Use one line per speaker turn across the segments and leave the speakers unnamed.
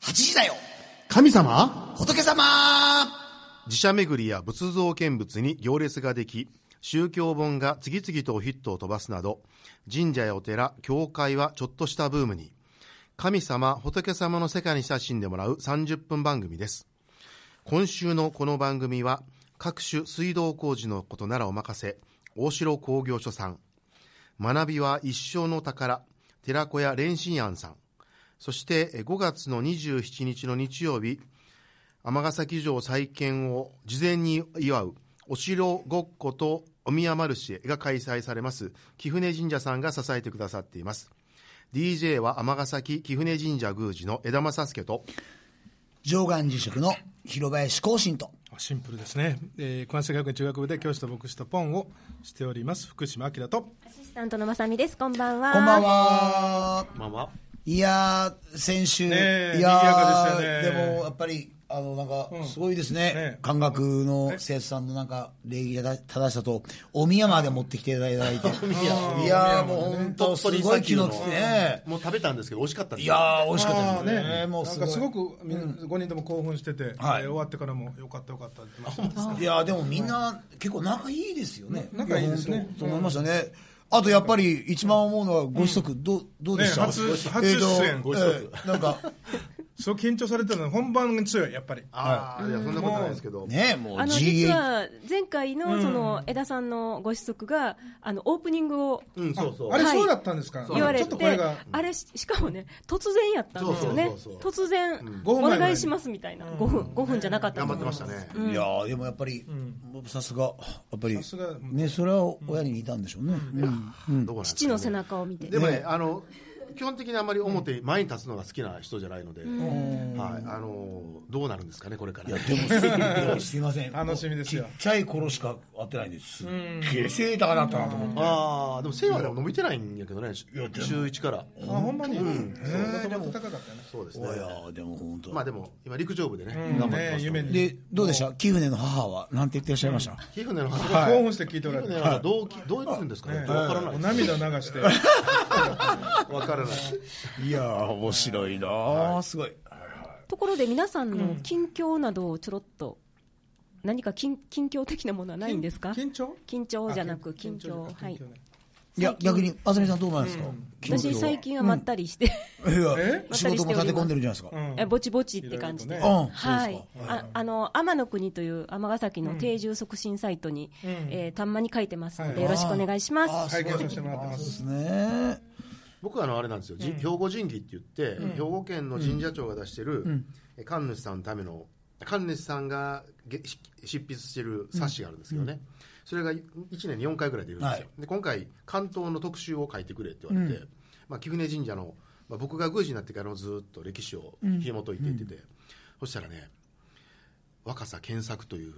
8時だよ
神様
仏様
寺社巡りや仏像見物に行列ができ宗教本が次々とヒットを飛ばすなど神社やお寺教会はちょっとしたブームに神様仏様の世界に親しんでもらう30分番組です今週のこの番組は各種水道工事のことならお任せ大城工業所さん学びは一生の宝寺子屋蓮心庵さんそしてえ5月の27日の日曜日尼崎城再建を事前に祝うお城ごっことお宮丸市が開催されます貴船神社さんが支えてくださっています DJ は尼崎貴船神社宮司の枝間助と
上岸寺職の広林光信と
シンプルですね、えー、関西学院中学部で教師と牧師とポンをしております福島明と
アシスタントのまさみです。こんばんは。
こんばん。は
まあまあ
いやー先週、
ねえ
いやー
賑やかでしたよね
でもやっぱりあのなんか
ん
すごいですね
ね、
感覚の生徒さんのなんか礼儀が正したとお宮まで持ってきていただい ていやーもう本当すごい気の利きね
もう食べたんですけど美味しかったです
いやー美味しかったですね
ね
もう
なん
す
か
ごい
すごくみんな5人とも興奮してて、
はい
えー終わってからもよかったよかったって言ってました
いやーでもみんな結構仲いいですよね
仲いいですね
や本当そう思いましたねあとやっぱり一番思うのはご子息どうどうでした
ね初初
えーと
出演ご子息
えーなんか
そう緊張されてるの本番に強いやっぱり
ああいやそんなことないですけど
ねもう
あの
GH
実は前回のその枝さんのご子息があのオープニングを
うんそうそう
あれ
はい
そうだったんですから、
言わ
ち
れ
ょっとこれ
て
が、
あれししかもね突然やったんですよね
そうそう。
突然
五
お
分前
願いしますみたいな5分5分じゃなかった
頑
と
張って
思い
ま
ま
し
す
た。ね
いやーでもやっぱり、もうさすが、やっぱり
さすが、
ね、それは親に似たんでしょうね。 うん
どこなんですかね
父の背中を見て。
でもねあの基本的にあんまり表に前に立つのが好きな人じゃないので、はい、あのどうなるんですかねこれから
でもすでもすいません
楽しみですよ
ちっちゃい頃しか会ってないんですすっげえ背高だったなと思って
ああでもせいはでも伸びてないんやけどねし
やでも
週一から
あほんまに、そうもともと高かったよね
そうです
お
ね
やーでも本当
まあでも今陸上部でね、
うん
頑張って
ね
ますの
夢
で、
に
でどうでした貴船の母はなんて言ってらっしゃいました、
皮膚の話
興奮して聞いておられ
皮膚
て、
の話どうきどう言うんですかね、わからない
お
です
涙流して
わからない
いやー面白いなー、すごい
ところで皆さんの近況などをちょろっと何か近近況的なものはないんですか？
緊張
緊張じゃなく近況
緊張
はい
緊張。ね
いや逆にあさみさんどう思いますか、近況
私最近はまったりして、
いや
え
仕事も立て込んでるじゃないですか、
うん
えぼちぼちって感じで
いろいろとね
うん
はい、ああの天の国という尼崎の定住促進サイトに、えーたんまに書いてますので、
はい
よろしくお願いしま
あー
す。
す
拝
ご
見
い
させてもらってま
そうですすね
僕はあのあれなんですよ、じ兵庫神儀って言って、兵庫県の神社長が出してる、え神主さんのための神主さんがげし執筆してる冊子があるんですけどね、それが1年に4回ぐらい出るんですよ、
はい
で今回関東の特集を書いてくれって言われて、まあ、貴船神社の、まあ、僕が宮司になってからのずっと歴史を紐解いていってて、そしたらね若狭健作という、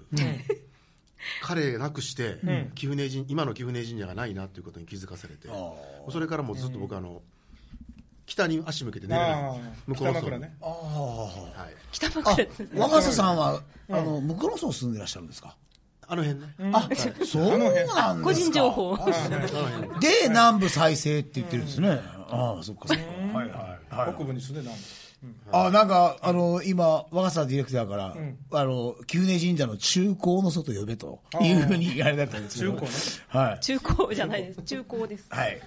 彼なくして、貴船神今の貴船神社がないなということに気づかされて、
あ
それからもうずっと僕あの、北に足向けて寝れない
ああ
向こうの
北
層
枕
に、
ね
ああ
はい、
北
あ
枕です
若狭さんは、あの向こうの層住んでらっしゃるんですか、
あの辺ね、
あそうなんですか
個人情報。
で南部再生って言ってるんですね、ああそっかそっか、はいはいはい
北部に住んでなん
あなんかあの今若狭ディレクターから、あの宮根神社の中高の層と呼べというふうに言われたんですけど
中高ね
はい
中高じゃないです。中高です。
はい、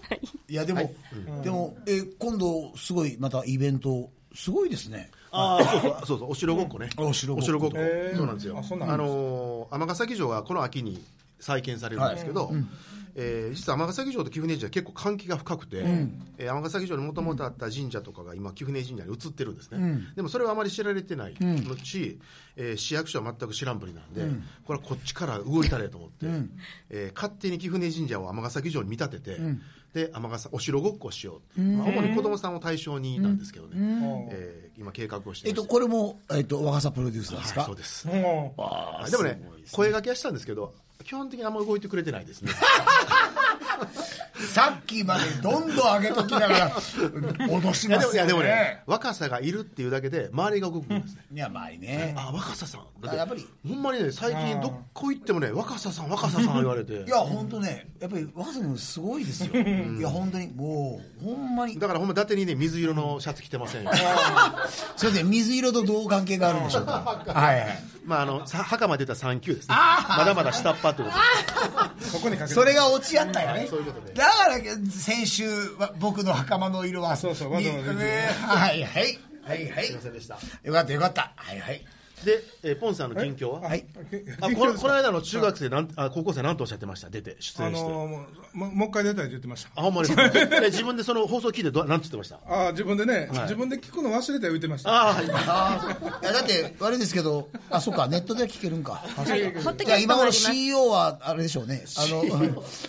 いやでも、でもえ今度すごいまたイベントすごいですね
ああそうそうそうそうお城ごっこね、
お城ごっこ
ごっこ
へえ
そうなんですよ
あそうなんです
あのー尼崎城がこの秋に再建されるんですけど、えー実は尼崎城と貴船神社は結構関係が深くて、えー尼崎城にもともとあった神社とかが今貴船神社に移ってるんですね、でもそれはあまり知られてないのち、えー市役所は全く知らんぷりなんで、これはこっちから動いたれと思って、えー勝手に貴船神社を尼崎城に見立てて、で尼崎お城ごっこをしよう、まあ主に子供さんを対象になんですけどね、えー今計画をして
えっ
ま
と
して
これも、えっと、若狭プロデュースなんですか、
そうです
もう
でもね声掛けはしたんですけど基本的にあんまり動いてくれてないですね
さっきまでどんどん上げときなが ら、脅し
いや
ま
でもい
すよ
やでもね
ね。
若さがいるっていうだけで周りが動くんですね、
いや、まあいいね。
あ若ささんだ
あやっぱり
ほんまにね最近どっこ行ってもね若ささん若ささん言われて
いや、本当ね、やっぱり若さんすごいですよ。いや、本当に、もう、ほんまに。
だからほんま伊達にね水色のシャツ着てませんよ
それで水色とどう関係があるんでしょうか。はいはい。
まああのさ袴出た3級ですねまだまだ下っ端ってこと
ここにかけて
それが落ちやったよね
そういうこと。で
だから、先週は、僕の袴の色は。
そうそうわざわざ
にねはいはい。はいはい。
すいませんでした
よかったよかった。はいはい。
で、えーポンさんの近況は
はい。
あこのこの間の中学生なんあ高校生なんとおっしゃってました出て出
あ
演して、
のもうももう一回出たいって言ってました
あほんまですかえ自分でその放送聞いてどうなんて言ってました
ああ自分でね、
い
自分で聞くの忘れた言ってました
ああはい
あいやだって、悪いですけど、あ、そっか、ネットでは聞けるんか。
はい、ほっと
い
き
や
まし
今頃
た
CEO はあれでしょうね、あの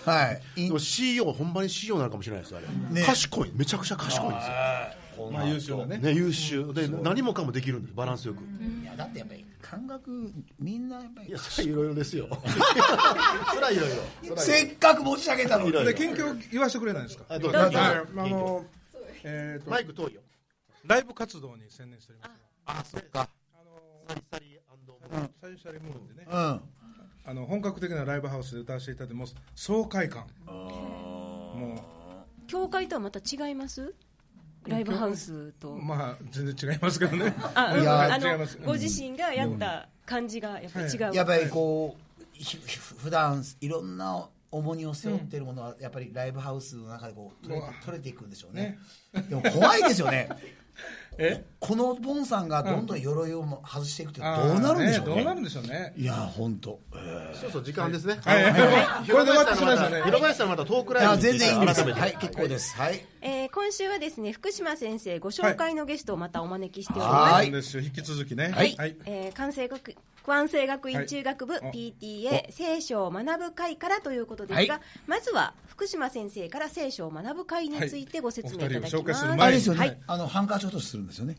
はい、い
でも CEO ほんまに CEO なのかもしれないですよあれ、
ね
賢いめちゃくちゃ賢いんですよ
まあ優秀だね
ね、優秀で何もかもできるんですバランスよく
いやだってやっぱり、感覚、みんなやっぱ
い
り
や、それはいろいろです よそれはいろいろ
せっかく持ち上げたのに、
で近況言わせてくれないですか
あどうぞ
はいあ
どうぞ
の、えーと
マイク遠いよ
ライブ活動に専念しております
あそっか
あ
サリサリ
の最初にムーンでね
うん、
あの本格的なライブハウスで歌わせていただいてもう爽快感も
教会とはまた違いますライブハウスと
うまあ全然違いますけどね
あうん
いや
あの
違います
ご自身がやった感じがやっぱり違う、
やっぱりこう、ひひ普段いろんな重荷を背負ってるものは、やっぱりライブハウスの中でこう取れ
うわ
取れていくんでしょうね、でも怖いですよ ね、
え
このボンさんがどんどん鎧をも外していくって、ど
あー
うなるんでしょう
どうな
ね。
るんでしょうね
いや本当、え
そうそう時間ですね
はいはいこれで終わってしまいましたね
広林さんまたトー
ー
ク
い
ライ
や
ブに
全
ついて
然いいんですよ、
改めて
はい、結構です、はい、
えー今週はですね福島先生ご紹介のゲストをまたお招きしております、
は
はいいですよ引き続きね
はい
はい
えー関西学関西学院中学部
はいお
PTA 聖書を学ぶ会からということですが、
はい
まずは福島先生から聖書を学ぶ会についてご説明いただき
はいお二人を紹
ま
介
す。
する前に
あれですよね、
はい
あのハンカチ落としするんですよね。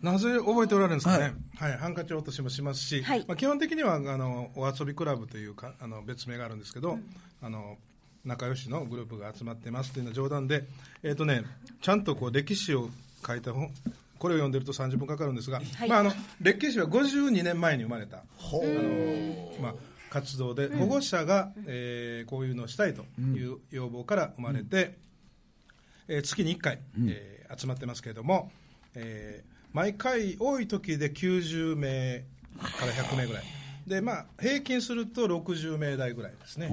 なぜ覚えておられるんですかね、はいハンカチ落としもしますし、
はい
まあ、基本的にはあのお遊びクラブというかあの別名があるんですけど、あの仲良しのグループが集まってますというのは冗談で、えーとね、ちゃんとこう歴史を書いた本これを読んでると30分かかるんですが、
い
まあ、あの歴史は52年前に生まれたまあ、活動で保護者が、えーこういうのをしたいという要望から生まれて、えー月に1回、えー集まってますけれども、えー毎回多い時で90名から100名ぐらいで、まあ、平均すると60名台ぐらいですね、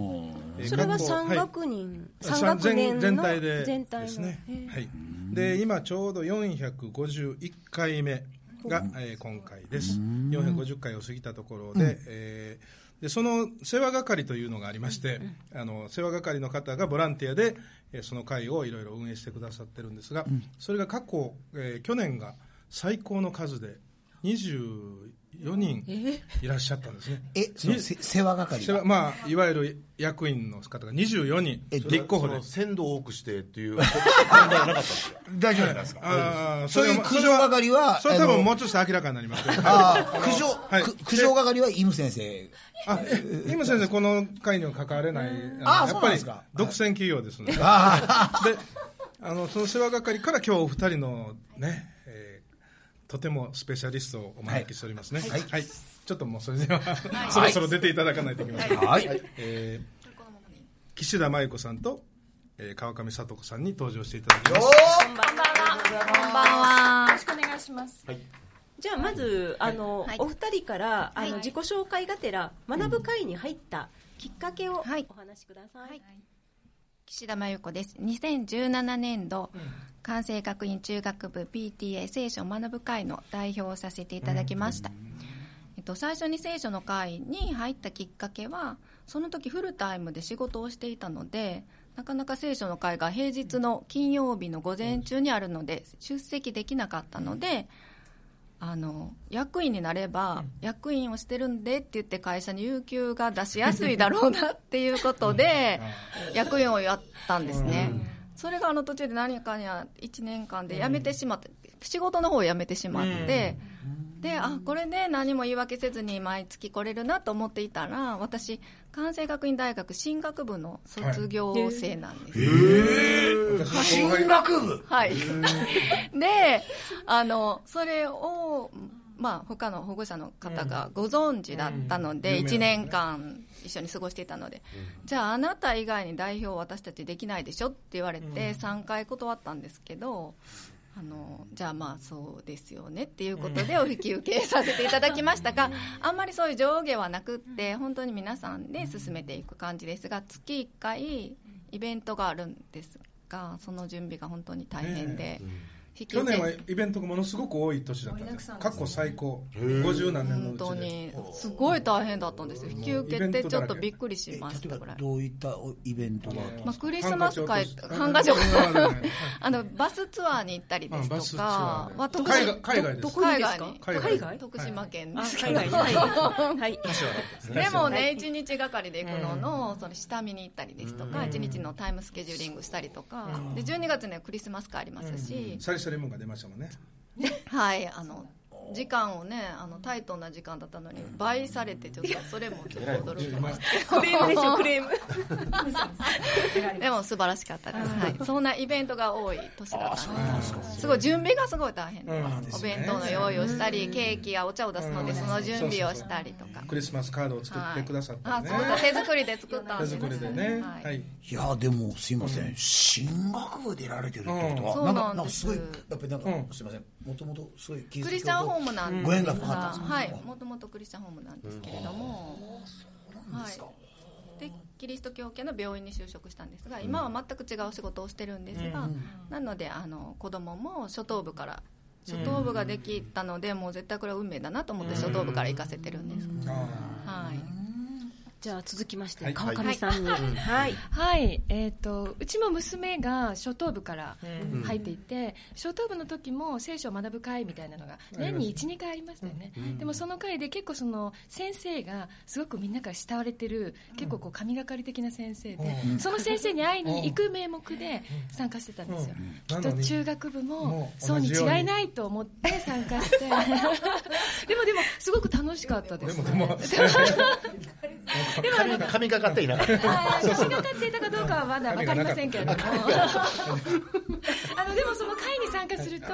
えー
それは
学校
三
い
学人、三
三
学年
全
の
全体で
全体の
ですね
えー、
はい、で今ちょうど451回目が、えー今回です450回を過ぎたところで,、えーでその世話係というのがありまして、あの世話係の方がボランティアで、えーその会をいろいろ運営してくださってるんですが、それが過去、えー去年が最高の数で24人いらっしゃったんですね。
え、そのせ世話係
それは
が。
まあ、いわゆる役員の方が24人、立候補
そ
で
の鮮度を多くしてっていう問題はなかったんですよ
大丈夫なんですか
ああ、
そういう苦情係は
それは多
あの
分もうちょっと明らかになりますけど
ああ、苦情、
はい
く苦情係はイム先生。
あ今先生この会には関われない
あそう
のやっ
なん
ぱ
で
り
すか
独占企業ですのでで
あ
あのその世話係から今日お二人のね、えーとてもスペシャリストをお招きしておりますねはい、ちょっともうそれでは、そろそろ出ていただかないといけません、
あ、はい。
えー岸田真由子さんと、えー川上聡子さんに登場していただきます
こんばんは。よろしくお願いします。
じゃあまずあの、
はい
お二人からあ
はい
の自己紹介がてら学ぶ会に入ったきっかけを
はい
お話しください。
岸田真由子です。2017年度、関西学院中学部 PTA 聖書学ぶ会の代表をさせていただきました。えっと、最初に聖書の会に入ったきっかけは、その時フルタイムで仕事をしていたので、なかなか聖書の会が平日の金曜日の午前中にあるので、出席できなかったので、あの役員になれば、役員をしてるんでって言って会社に有給が出しやすいだろうなっていうことで役員をやったんですね、それがあの途中で何かには1年間で辞めてしまって、仕事の方を辞めてしまって、であこれで何も言い訳せずに毎月来れるなと思っていたら私関西学院大学進学部の卒業生なんです、
私後
進
輩
学部
はい。で、あの、それを、まあ、他の保護者の方がご存知だったの
うん
で、
有名な
1年間一緒に過ごしていたので、じゃああなた以外に代表私たちできないでしょって言われて、3回断ったんですけど、あのじゃあまあそうですよねっていうことでお引き受けさせていただきましたが、あんまりそういう上下はなくって本当に皆さんで進めていく感じですが月1回イベントがあるんですがその準備が本当に大変で、引き
去
受
年は
け
イベントがものすごく多い年だったんです過去最高50何年のう
本
ちで
当にすごい大変だったんですよ引き受けってちょっとびっくりしましたぐらい。
どういったイベントが
まあ、クリスマス会、ハンガジョ
ハンガジョ
ー
ー
あの、バスツアーに行ったりです
あバスツ
と
ア
か
ー、
は
海
徳
外
島
海外です
どこにですか
海外
海外
徳島県で
あ
すけ
海
ど
外 はい
でも
は
ね、
い
1日がかりで行くのの、その下見に行ったりですとか、1日のタイムスケジューリングしたりとか、で12月にはクリスマス会ありますし、
サリサリムーンが出ましたもんね
はい、あの、時間をね、あの、タイトな時間だったのに、倍されて、ちょっと、それもちょっと驚きましたけど
クレームですよクレーム
でも素晴らしかったです。はい。そんなイベントが多い年だったんです。すごい、準備がすごい大変で
うん
す。お弁当の用意をしたり、ケーキやお茶を出すので、その準備をしたりとか。
クリスマスカードを作っ
は
て
い
くださった
あ、
ん
そ
で
う
ね
だ、手作りで作ったん
手
です。
作りでね
はい
はい
いやでもすいません、進学部でやられてるってことは、
うん
か
そうなんです
かすごいやっぱりなんか、
うん
すいませんもともとすごいキリ
クリスチャンホー
ム
ムなんです
ご縁が深かったんですね
はいもともとクリスチャンホームなんですけれども、はい、でキリスト教系の病院に就職したんですが今は全く違う仕事をしてるんですが、なのであの子供も初等部から初等部ができたので、もう絶対これは運命だなと思って初等部から行かせてるんです、
あ
はい、
じゃあ続きまして
はい
川上さんにはい
はい、えー、とうちも娘が初等部から入っていて、初等部の時も聖書を学ぶ会みたいなのが年に12回ありましたよね、でもその会で結構その先生がすごくみんなから慕われてる結構こう神がかり的な先生で、その先生に会いに行く名目で参加してたんですよ、き
うん
っ
なの
と
に
中学部も
もう
そう
同
に
じよ
違
うに
いないと思って参加して でもでもすごく楽しかったで
ですもでも
神神がかっていなかった
あー神が勝っていたかどうかはまだ分かりませんけれども あのでもその会に参加すると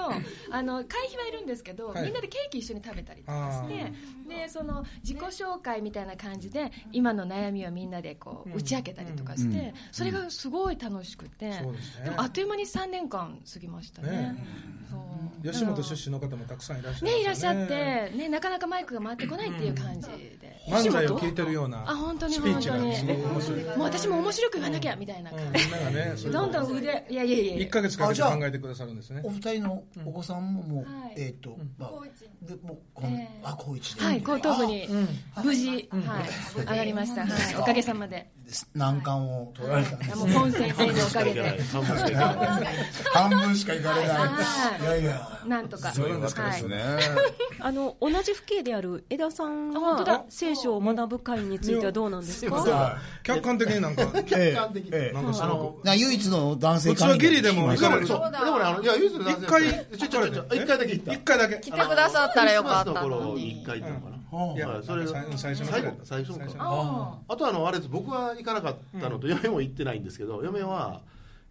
あの会費はいるんですけど、
はい
みんなでケーキ一緒に食べたりとか
あ
して
ー
でその自己紹介みたいな感じで今の悩みをみんなでこう打ち明けたりとかして、それがすごい楽しくて、
そうですね
でもあっという間に3年間過ぎましたね。
ね
そう
吉本
だか
出身の方もたくさんいらっしゃ
らねいら
ま
っ
す
しゃ
よね
って、ね、なかなかマイクが回ってこないっていう感じで。
漫才を聞いてるような
あ本当に
スピーチが
本当に
すごく面白い
もう私も面白く言わなきゃみたいな感じ
みんながねそれ
どん
を
どん腕いやいやいやいや
1ヶ月かけて考えてくださるんですね
お二人のお子さんももう、
はい
えっ、と、まあでもうこん、
ええ
あ高一で、
はい後頭部に無事、はい、上がりました、はい、おかげさまで
です難関を取られたんで
いや
す、
もう本先生のおかげで
半分しかいない
半分しか行かれない、
はい
い、やいや
なんとか
そういうわけですね。
あの同じ府警である江田さん
あ本当
は
だ
聖書を学ぶ会についてはどうなんです
そう
か
客観的にな んか
ええ
なんかすご
な唯一の男性
くうちはギリでも行かれる
そうでもねあのいやゆずの男性
一回
ちょちょちょ一回だけ行った
一回だけ
来てくださったらよかっ
クリス
た
マスの
の
頃
に
一回行ったのかな、
いや
まあそれ
最最初
最
の回
後最初の
最初
回
の
あ
あとあのあれです僕は行かなかったのと、嫁も行ってないんですけど嫁は、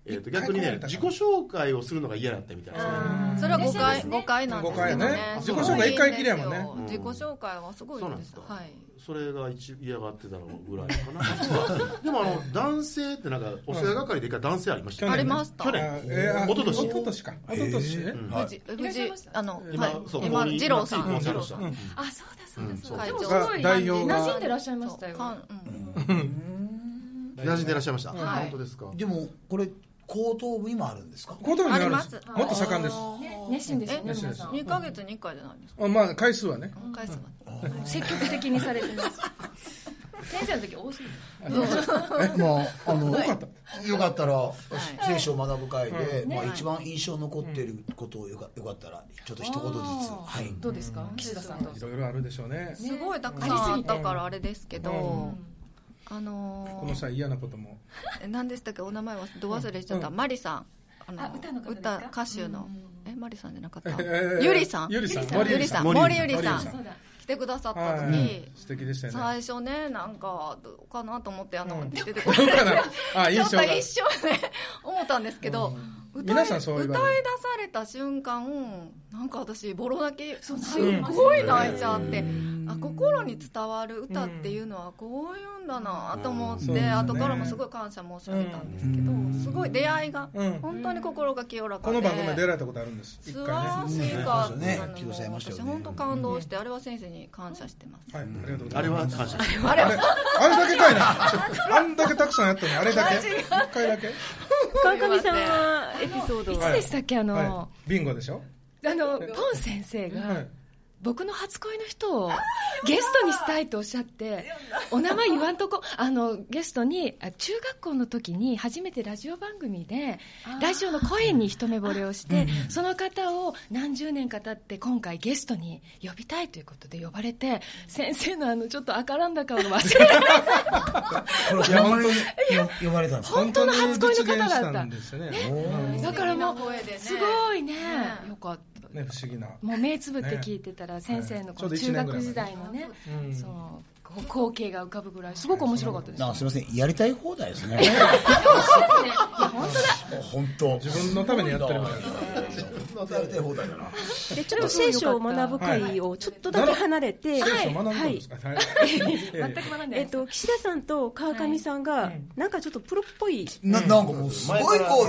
えー、と
一回
逆に
来ら
ね
れた
自己紹介をするのが嫌だったみたいですね
それは5回五回なんですけど
五回
ね
ね
そう
自己紹介一回きりやもんね
いいですよ自己紹介はすごい
そうなん
で
ですすか
はい
それが一嫌がってたのぐらいかな でもあの男性ってなんかお世話係で一回男性ありました
去
あ
年
りました
去年
あえーあ
一昨年
一昨年か一昨年ね
無事無
いらっしゃい
事
まし
あの
今、
はい
そう
今
森
二郎さ
今
ん
森
二
さん
郎
で
さ
し
ん
た
あそうだそうだそうだ、
会
でも
長
す
が
ごい
代表が
馴染んでらっしゃいました
そ
よ
うかんうん
馴染んでいらっしゃいました、
はい
本当ですか
でもこれ後頭部にもあるんですか
高等部にあるんで
あ
す
ります
もっと盛んです
ね熱心ですよね
熱心
皆
です
さん
2ヶ月に1回じゃないですか
あまあ回数はね
回数が
積極的にされてます先生の時多すぎる
え まああのよ
かった
よかったら、聖書を学ぶ会で、まあ、一番印象残ってることをよかよかったらちょっと一言ずつ
あ
は
ー
い
どうですか岸田さんどう
い
ぞ
ろいろあるでしょうね
すごいたくさんあったからあれですけどあの
この際嫌なことも
ー何でしたっけお名前はど忘れしちゃったマリさんあの
あ歌の方ですか
歌歌手の、えマリさんじゃなかった、
ええ
ゆりさん
ゆりさん
ゆりさん
森ゆり
森
さん
森ゆ
ゆりさ
りさ
ん
そうだ
来てくださった時、
はい素敵でしたよね
最初ねなんかどうかなと思ってあの、
うん
出てこ
どうか
な
ない あ
ち
印象
ょっと
が
一生ね思ったんですけど、
うん
歌い
皆さんそう言わ
歌
れる
い出された瞬間なんか私ボロ泣きすごい泣いちゃってあ心に伝わる歌っていうのはこういうんだなと思って、
うんうん
後からもすごい感謝申し上げたんですけど、すごい出会いが、
うん
本当に心が清らか
この
で。
番組出られたことあるんです一
素晴
回
ら
ね
しいかったの
ね
も
起動されましたよ
私
ね
本当感動して、あれは先生に感謝してます。
はいありがとうございます
あれは感謝し て
あれだけ
あれは
かいな。あんだけたくさんやったのに、あれだけ。一回だけ。
川上さんはエピソード
い
は
つでしたっけあの、
はい。ビンゴでしょ。
あのポン先
は
生が
い。
僕の初恋の人をゲストにしたいとおっしゃってお名前言わんとこあのゲストにあ中学校の時に初めてラジオ番組でラジオの声に一目惚れをしてその方を何十年か経って今回ゲストに呼びたいということで呼ばれて先生のあのちょっと赤らんだ顔が忘れられない
これ本当に呼ばれたんですか
本当の初恋の
本
方だった
当に実現したんですね。ね、
だからもう
素敵な声でね
すごいね
ね
よかった
不思議な。
もう目つぶって聞いてたら先生のこの中学時代のね
うん
そうこう光景が浮かぶぐらいすごく面白かったです
あすみませんやりたい放題ですね 本当
自分のためにやってるみたいな。
やりたい放題だな
でちょっと聖書を学ぶ会をちょっとだけ離れて、
聖書を学ぶ
は
んで
い
すか。はい。
全く学んでない
えっと、岸田さんと川上さんが、なんかちょっとプロっぽい、
ななんかもうすごいこう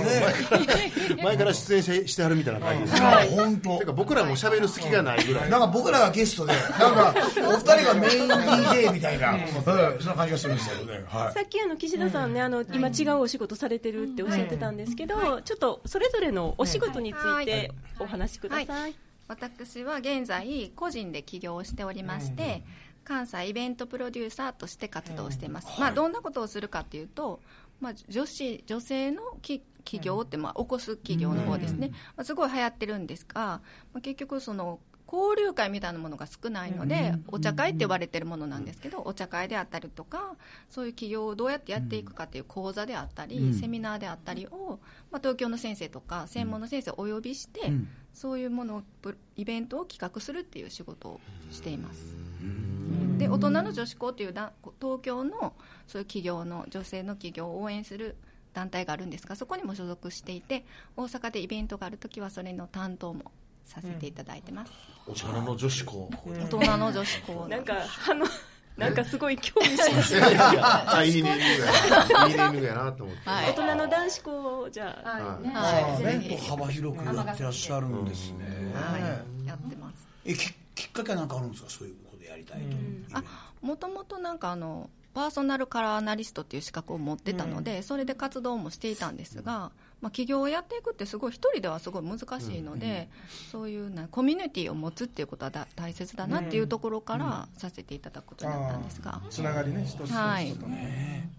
ね
前から出演してしてはるみたいな感じです
本当
てか僕らも喋る隙がないぐらい
なんか僕らがゲストでなんかお二人がメイン DJ みたいなうんそんな感じがするんですよねはい
さっきあの岸田さんね、あの今、違うお仕事されてるっておっしゃってたんですけど、ちょっとそれぞれのお仕事につい
は
て
い
お話しくださ。
はい私は現在個人で起業をしておりまして、関西イベントプロデューサーとして活動しています、まあ、どんなことをするかというと、まあ、女子女性のき企業って、まあ、起こす企業の方ですね、まあ、すごい流行ってるんですが、まあ、結局その交流会みたいなものが少ないので、お茶会って呼ばれてるものなんですけど、お茶会であったりとかそういう企業をどうやってやっていくかっていう講座であったり、セミナーであったりを、まあ、東京の先生とか専門の先生をお呼びして、そういうものをプイベントを企画するっていう仕事をしています。で大人の女子校というだ東京のそういう企業の女性の企業を応援する団体があるんですがそこにも所属していて大阪でイベントがあるときはそれの担当もさせていただいてます、
お茶の女子校
大人の女子校
な
の
んか、あの、なんかすごい興味 津々。
あいいネーミングやないいネーミングやなと思って
は
大
い、
人の男子校をじゃあ、
はいね
はいぜひ
幅広くやってらっしゃるんですね
はい、やってます
えききっかけはなんかあるんですかそういうことやりたいと
あもともとなんかあのパーソナルカラーアナリストっていう資格を持ってたので、それで活動もしていたんですが、まあ、起業をやっていくってすごい一人ではすごい難しいので、そういうなコミュニティを持つっていうことはだ大切だなっていうところからさせていただくことになったんですが、
つながりね、一つ一つとね。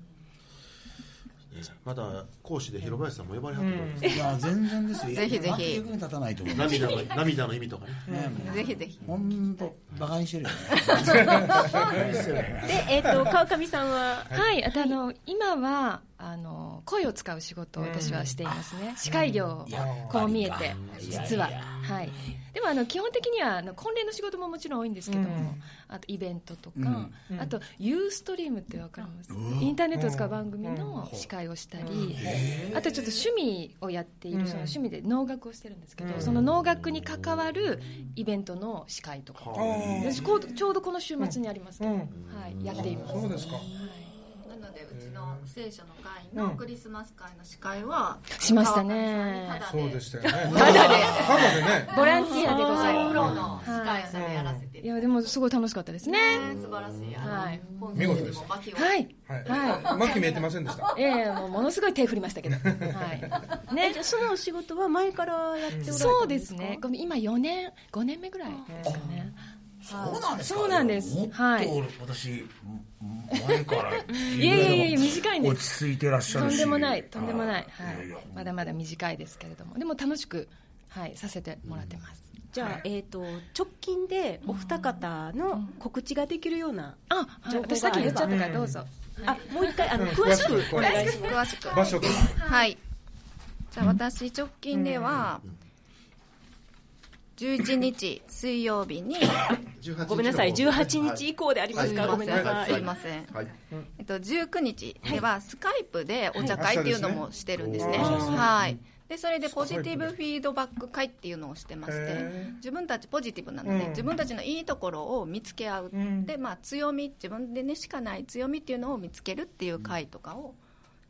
また講師で広林さんも呼ばれはったと思うんです
いや全然です よ
ぜひぜひ
全く役に立たないと思います
涙の涙の意味とかね
ぜひぜひ
本当バカにしてるよね
で、えっと、川上さんは、
はい、あとあの今はあの声を使う仕事を私はしていますね、司会業こう見えて実ははいでもあの基本的にはあの婚礼の仕事ももちろん多いんですけども、あとイベントとか、あとユーストリームってわかります、インターネットを使う番組の司会をしたり、あとちょっと趣味をやっている、その趣味で農学をしてるんですけど、その農学に関わるイベントの司会とか、私こうちょうどこの週末にありますけど、はい、やっています
そうですか。
なのでうちの聖書の会のクリスマス会の司会は
しましたね
川上さん
そう
に
で
タ
したよね。ただで。ただでね。
ボランティアでござい
ダでプロ
ま
の司会者でやらせてい
す。
ただ
い
い
や、でもすごい楽しかったですね。
て、素晴らしいあの、
はい
本
見
日
事で
に
し
も
た
巻きを
はい。
はい。マッキー見えてませんでした。
ええもうものすごい手振りましたけど。はい。
ね、じゃあそのお仕事は前からやっておられたんですか
そうですね。この今4年、5年目ぐらいですかね。
そうなんですか
そうなんです
もっと
はい
俺私前から聞
い
い
やいや
て
いや、短いんで
落
す。
ち着いてらっしゃ
と
る
ん
し
でもない、とんでもない。
あ
は
ー
い
いやいや。
まだまだ短いですけれども。でも楽しく、はい、させてもらってます。
じゃあ、えっと、直近でお二方の告知ができるような、
あ、はい
情報が
私さっき言っちゃったからどうぞ。
あ、もう一回、あの、詳しくお願いします。
詳しく
場所とか。
はい。じゃあ私直近では11日水曜日に、
ごめんなさい、18日以降でありますから、
はい
ごめんなさ
すい
い。
ません、
はい。
えっと、19日ではスカイプでお茶会っていうのもしてるんですね。
うん朝ですね
はいでそれでポジティブフィードバック会っていうのをしてまし
へ
て
ー
自分たちポジティブなので、
うん
自分たちのいいところを見つけ合う、
うん
でまあ、強み自分で、ね、しかない強みっていうのを見つけるっていう会とかを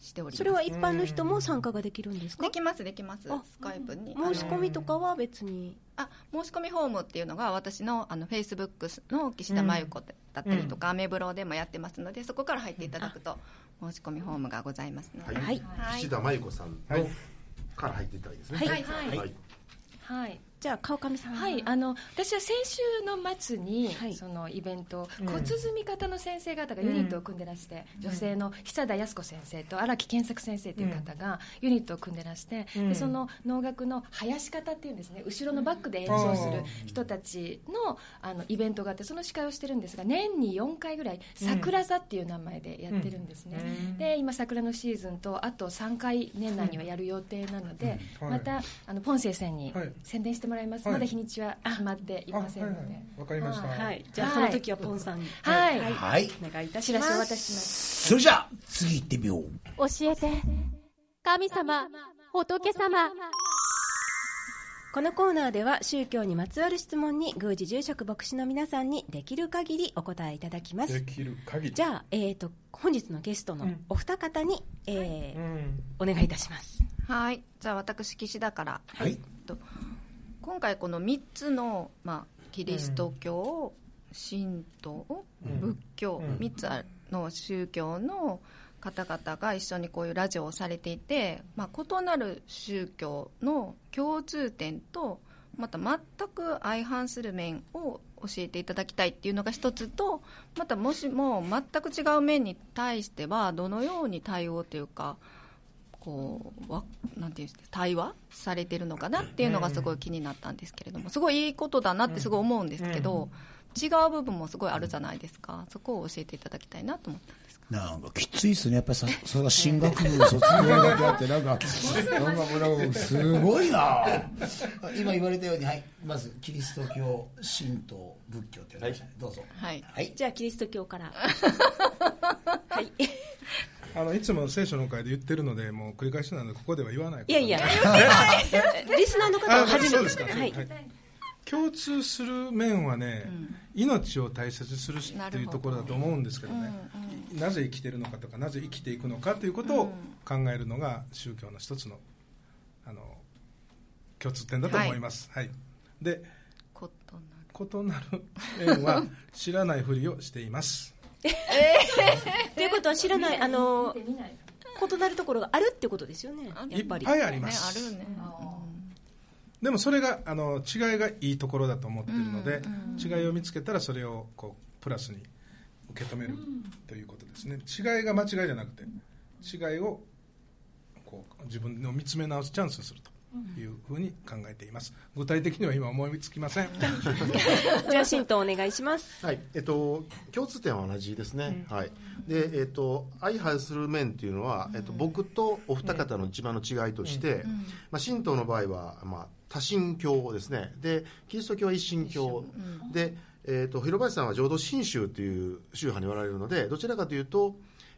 しております
それは一般の人も参加ができるんですか
できますできます
あ
スカイプに
申し込みとかは別に。
あ申し込みフォームっていうのが私のあのフェイスブックの岸田真由子だったりとか、アメブロでもやってますのでそこから入っていただくと申し込みフォームがございますので、
はい
はい
岸田真由子さんの、
はい
から入っていったらいいですね。
はい
はい
はい。
はい
じゃあ、川上さん。
はい、あの私は先週の末に、
はい
そのイベント、
うん
骨積み方の先生方がユニットを組んでらして、女性の久田靖子先生と荒木健作先生という方がユニットを組んでらして、
うん
でその能楽の林方っていうんですね後ろのバックで演奏する人たちのあのイベントがあってその司会をしてるんですが年に4回ぐらい「桜座」っていう名前でやってるんですね、で今桜のシーズンとあと3回年内にはやる予定なので、
うんはい
またあのポン先生に
はい
宣伝してもらいます、
はい
まだ日にちは決まってい
あは
ま
い
せんので、はい
はいわかりました。
はい。じゃあ、その時はポンさんに。
はい
はい
お願いいたし
チ
ま
ラシをお
す。
渡しします
それじゃあ次行ってみよう
教えて神様仏様
このコーナーでは宗教にまつわる質問に宮司住職牧師の皆さんにできる限りお答えいただきま。
ですきる限り。
じゃあ、えっ、と、本日のゲストのお二方に、えー
うん。
お願いいたします。
はいじゃあ私岸田から、
はい
えっと今回この3つの、まあ、キリスト教、神道
ん
仏教、
うん
3つの宗教の方々が一緒にこういうラジオをされていて、まあ、異なる宗教の共通点とまた全く相反する面を教えていただきたいっていうのが一つとまたもしも全く違う面に対してはどのように対応というかこうわなんていうんですか対話されてるのかなっていうのがすごい気になったんですけれどもすごいいいことだなってすごい思うんですけど、違う部分もすごいあるじゃないですかそこを教えていただきたいなと思って
なんかきついっすねやっぱりさそれが進学部卒業だけあってなんかなんかもうなんかすごいな今言われたようにはいまずキリスト教神道仏教ってやりましたねどうぞ
はい
はい
じゃあ、キリスト教から。はい。
あのいつも聖書の会で言ってるので、もう繰り返しなのでここでは言わないこと
い
に
やいや、 リスナーの方は初めて。
そうですか、
はい。
共通する面はね、命を大切にするし
な
と
る
い
ほ
う
ど
ところだと思うんですけどね、なぜ生きてるのかとかなぜ生きていくのかということを考えるのが宗教の一つのあの共通点だと思います、はいで
ことな
異なる面は知らないふりをしています
ということは知らない、あの
見、てみない
異なるところがあるってことですよね。
る
やっぱり
い。っぱいあります、
ねあるね
でもそれがあの違いがいいところだと思ってるので、違いを見つけたらそれをこうプラスに受け止めるということですね違いが間違いじゃなくて違いをこう自分の見つめ直すチャンスにするというふうに考えています具体的には今思いつきま せん
じゃあ、神道お願いします。
はい、えっと、共通点は同じですね。はい。で、えっと、相反する面っていうのは、えっと、僕とお二方の一番の違いとして、まあ、神道の場合は、まあ、多神教ですね。で、キリスト教は一神教。で、えっと、広林さんは浄土真宗という宗派におられるので、どちらかというと、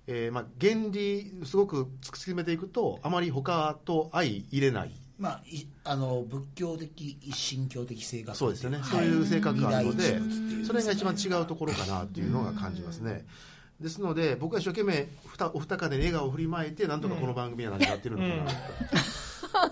えーまあ、原理、すごく突き詰めていくと、あまり他と相入れない。
まあいあの仏教的一神教的性格
そうですよね、
はい
そういう性格があるの
二大
で
人物ってい、う
それが一番違うところかなというのが感じますね。ですので、僕は一生懸命ふたお二方に笑顔を振りまいて、なんとかこの番組は成り立ってるのかな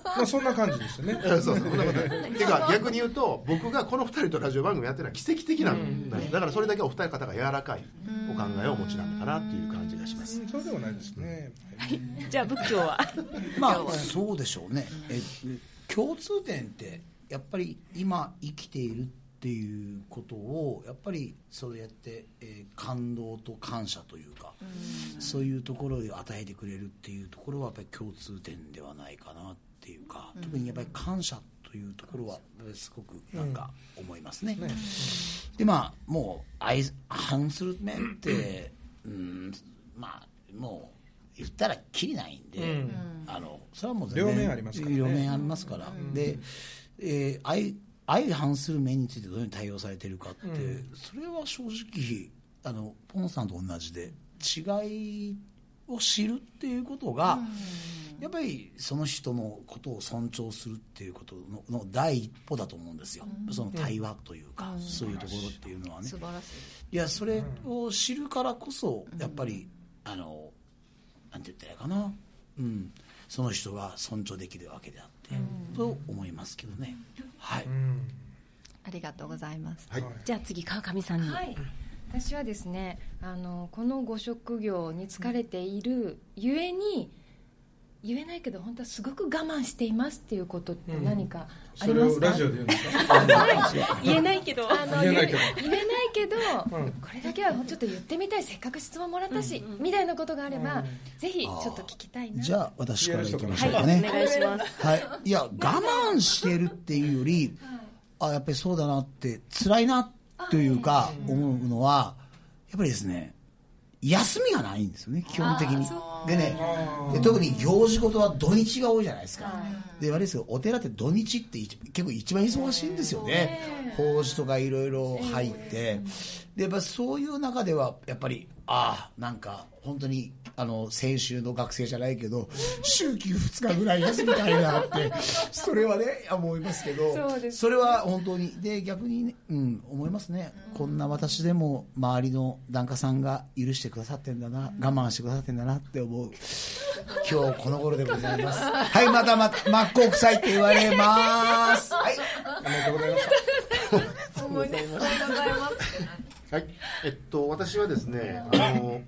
まあそんな感じです ね
と、 そうそうそんなことないてか、逆に言うと、僕がこの二人とラジオ番組やってるのは奇跡的なんだ、だからそれだけお二方が柔らかいお考えをお持ちなのかなという感じがします。
そうでもないですね、
じゃあ、仏教は。
まあそうでしょうねえ共通点ってやっぱり今生きているっていうことをやっぱりそれやって、えー感動と感謝というかそういうところを与えてくれるっていうところはやっぱり共通点ではないかなっていうか特にやっぱり感謝というところはすごくなんか思いますね。でまあもう相反する面ってうんまあもう言ったらきりないんで、
うん
あのそれはもう
両面ありますからね
両面ありますからで、えー相相反する面についてどういうふうに対応されてるかって、それは正直あのポンさんと同じで違いを知るっていうことが、やっぱりその人のことを尊重するっていうことのの第一歩だと思うんですよ、その対話というか、そういうところっていうのはね。
素晴らしい。
いやそれを知るからこそやっぱり、あのなんて言ったらいいかな、うん、その人が尊重できるわけであって、と思いますけどね、はい、
ありがとうございます。
はい
じゃあ次川上さんに、
はい、私はですねあのこのご職業に疲れているゆえに言えないけど本当はすごく我慢していますっていうことって何かあ
そ
り
れ
ま
を
すか、
ラジオで言うんですか
言えないけど
あの
言えな
言えないい
けど
言えないけど、
うん
これだけはちょっと言ってみたいせっかく質問もらったし、みたいなことがあれば、ぜひちょっと聞きたいな
じゃあ私からいきましょう
お
かね、
願いします
はい、いや我慢してるっていうより、あやっぱりそうだなって辛いなというか思うのはやっぱりですね休みがないんですよね基本的にでねで特に行事事は土日が多いじゃないですかで悪いですけどお寺って土日って一結構一番忙しいんですよね法事とかいろいろ入ってでやっぱそういう中ではやっぱりああなんか本当にあの先週の学生じゃないけど週休2日ぐらい休みたいなってそれはね思いますけど
そうですね
それは本当にで逆に、ね、うん思いますね、こんな私でも周りの檀家さんが許してくださってんだな、我慢してくださってんだなって思う今日この頃でございますはいまたまた真っ向臭いって言われますはい
ありがとうございました
はい、えっと、私はですね、あの。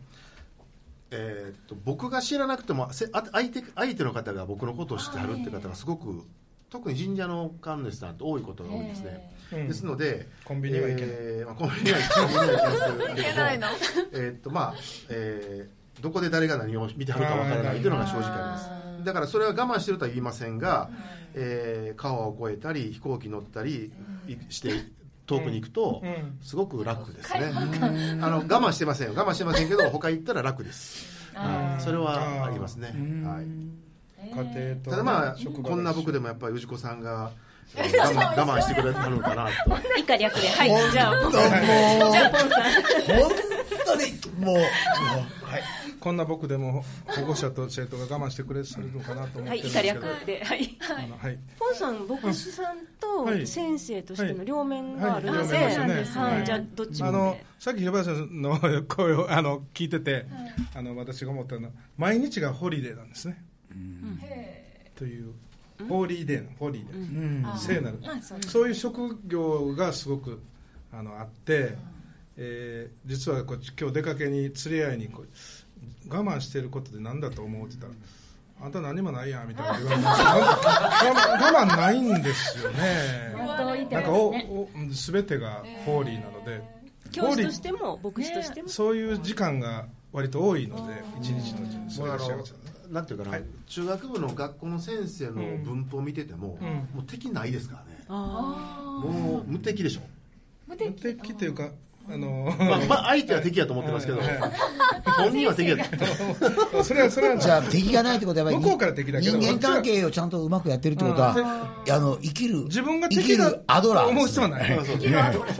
えーっと、僕が知らなくても、せ、あ、相手、相手の方が僕のことを知ってはるって方がすごく。特に神社の神主さんって多いことが多いですね。
うん
ですので、
コンビニは行けない
えーまあ、コンビニは行けない。けないの。えーっと、まあ、えーどこで誰が何を見てはるかわからないというのが正直あります。だからそれは我慢してるとは言いませんが、えー川を越えたり飛行機乗ったりいして遠くに行くと、
うん
すごく楽ですね。あの我慢してませんよ。我慢してませんけど、他行ったら楽です。はい、それはありますね。はい。
家庭と
ただまあ、こんな僕で
も
もやっぱり氏子さんが。えー我慢我慢してくれたのか なと。
以下略ではいじゃあ
本当もう本当にもうもう
こんな僕でも保護者と生徒が我慢してくれてるのかなと思っ
は
てるんで
い以
す
下
け
略
ど、
ではい
あのはい
ポンさん牧師さん
は
と
い
先生として
は
の
い
両面があるの
は
で、
い両面
は
あり
い
ますよねはい
じゃあどっち
あ
も
の
で
さっき平林さんの声をあの聞いてて、あの私が思ったのは毎日がホリデーなんですね。というホーリーデーのホリーデー、聖なる、そういう職業がすごくあのあって、えー実はこっち今日出かけに釣り合いにこう我慢してることで何だと思うって言ったら。あんた何もないやんみたいなこと言われました我慢ないんですよね。なんかおお全てがホーリーなので、ホー
教
リ
師とし
ー
ても牧師としても、
そういう時間が割と多いので一日のうちにそ
もう
れ
あ
が幸せ
のなんていうかな、中学部の学校の先生の文法を見てても、もう敵ないですからね。もう無敵でしょ。
無敵というかあの
まあ、まあ、相手は敵やと思ってますけど、本人は敵やと。
それはそれは
じゃあ敵がないってことはやっぱり
向こうから敵だけど
人間関係をちゃんとうまくやってるってことは、あの生きる
自分が
生き
敵だ
るアドラ
と
ー
思う
です
必
ね
要はない
そうそ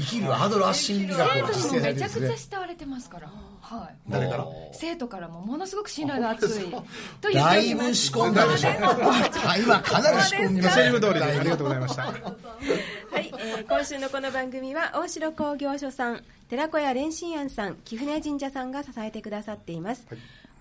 生きるアドラー心理学
生
を
徒に
実
も
践され
め
て
ち
る
ゃ
んです
くちゃ
ね
慕われてますから、はい、
誰から
生徒からもものすごく信頼が厚いと言っ
だ
ており
い
ま
ぶ
す
仕込んだでしょ今かなり仕込ん
今
だ
セリフ通りでありがとうございました
はい、えー今週のこの番組は大城工業所さん寺子屋蓮心庵さん貴船神社さんが支えてくださっています、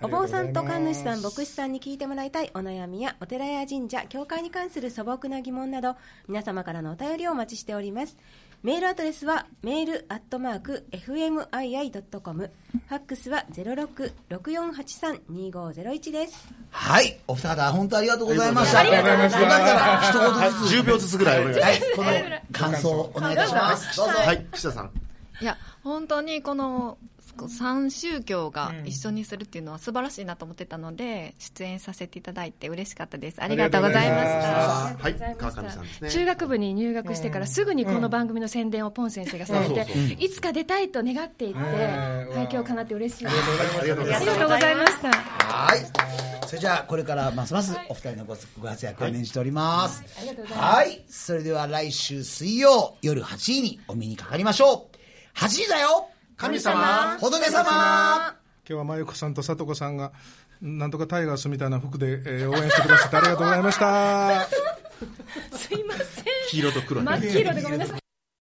お坊さんと神主さん牧師さんに聞いてもらいたいお悩みやお寺や神社教会に関する素朴な疑問など皆様からのお便りをお待ちしておりますメールアドレスはメールアットマーク FMII.com ファックスは0664832501です
はいお二方本当ありがとうございました
ありがとうございました
よかったら一言ず
10秒ずつぐらいお願いし
つ
ま
はい
す。
この感想をお願いいたしますどうぞ
はい、岸田さん。
いや本当にこの三宗教が一緒にするっていうのは素晴らしいなと思ってたので、出演させていただいて嬉しかったですありがとうございました
ありがとうご
は
ざいました
ございました、
はい川上さんですね
中学部に入学してからすぐにこの番組の宣伝をポン先生がされて、いつか出たいと願っていて、
え
はい、今日かなって嬉しいです。
ありがとうござい
あ
ます
りがとうございました。
はい。それじゃあ、これからますますお二人のごご活躍を念じております。はい。それでは来週水曜夜8時にお目にかかりましょう。8時だよ
神様
ほどね様
今日は真由子さんと聡子さんがなんとかタイガースみたいな服で、えー応援してくださってありがとうございました。
すいません。
黄色と黒ね
真っ黄色でごめんなさい。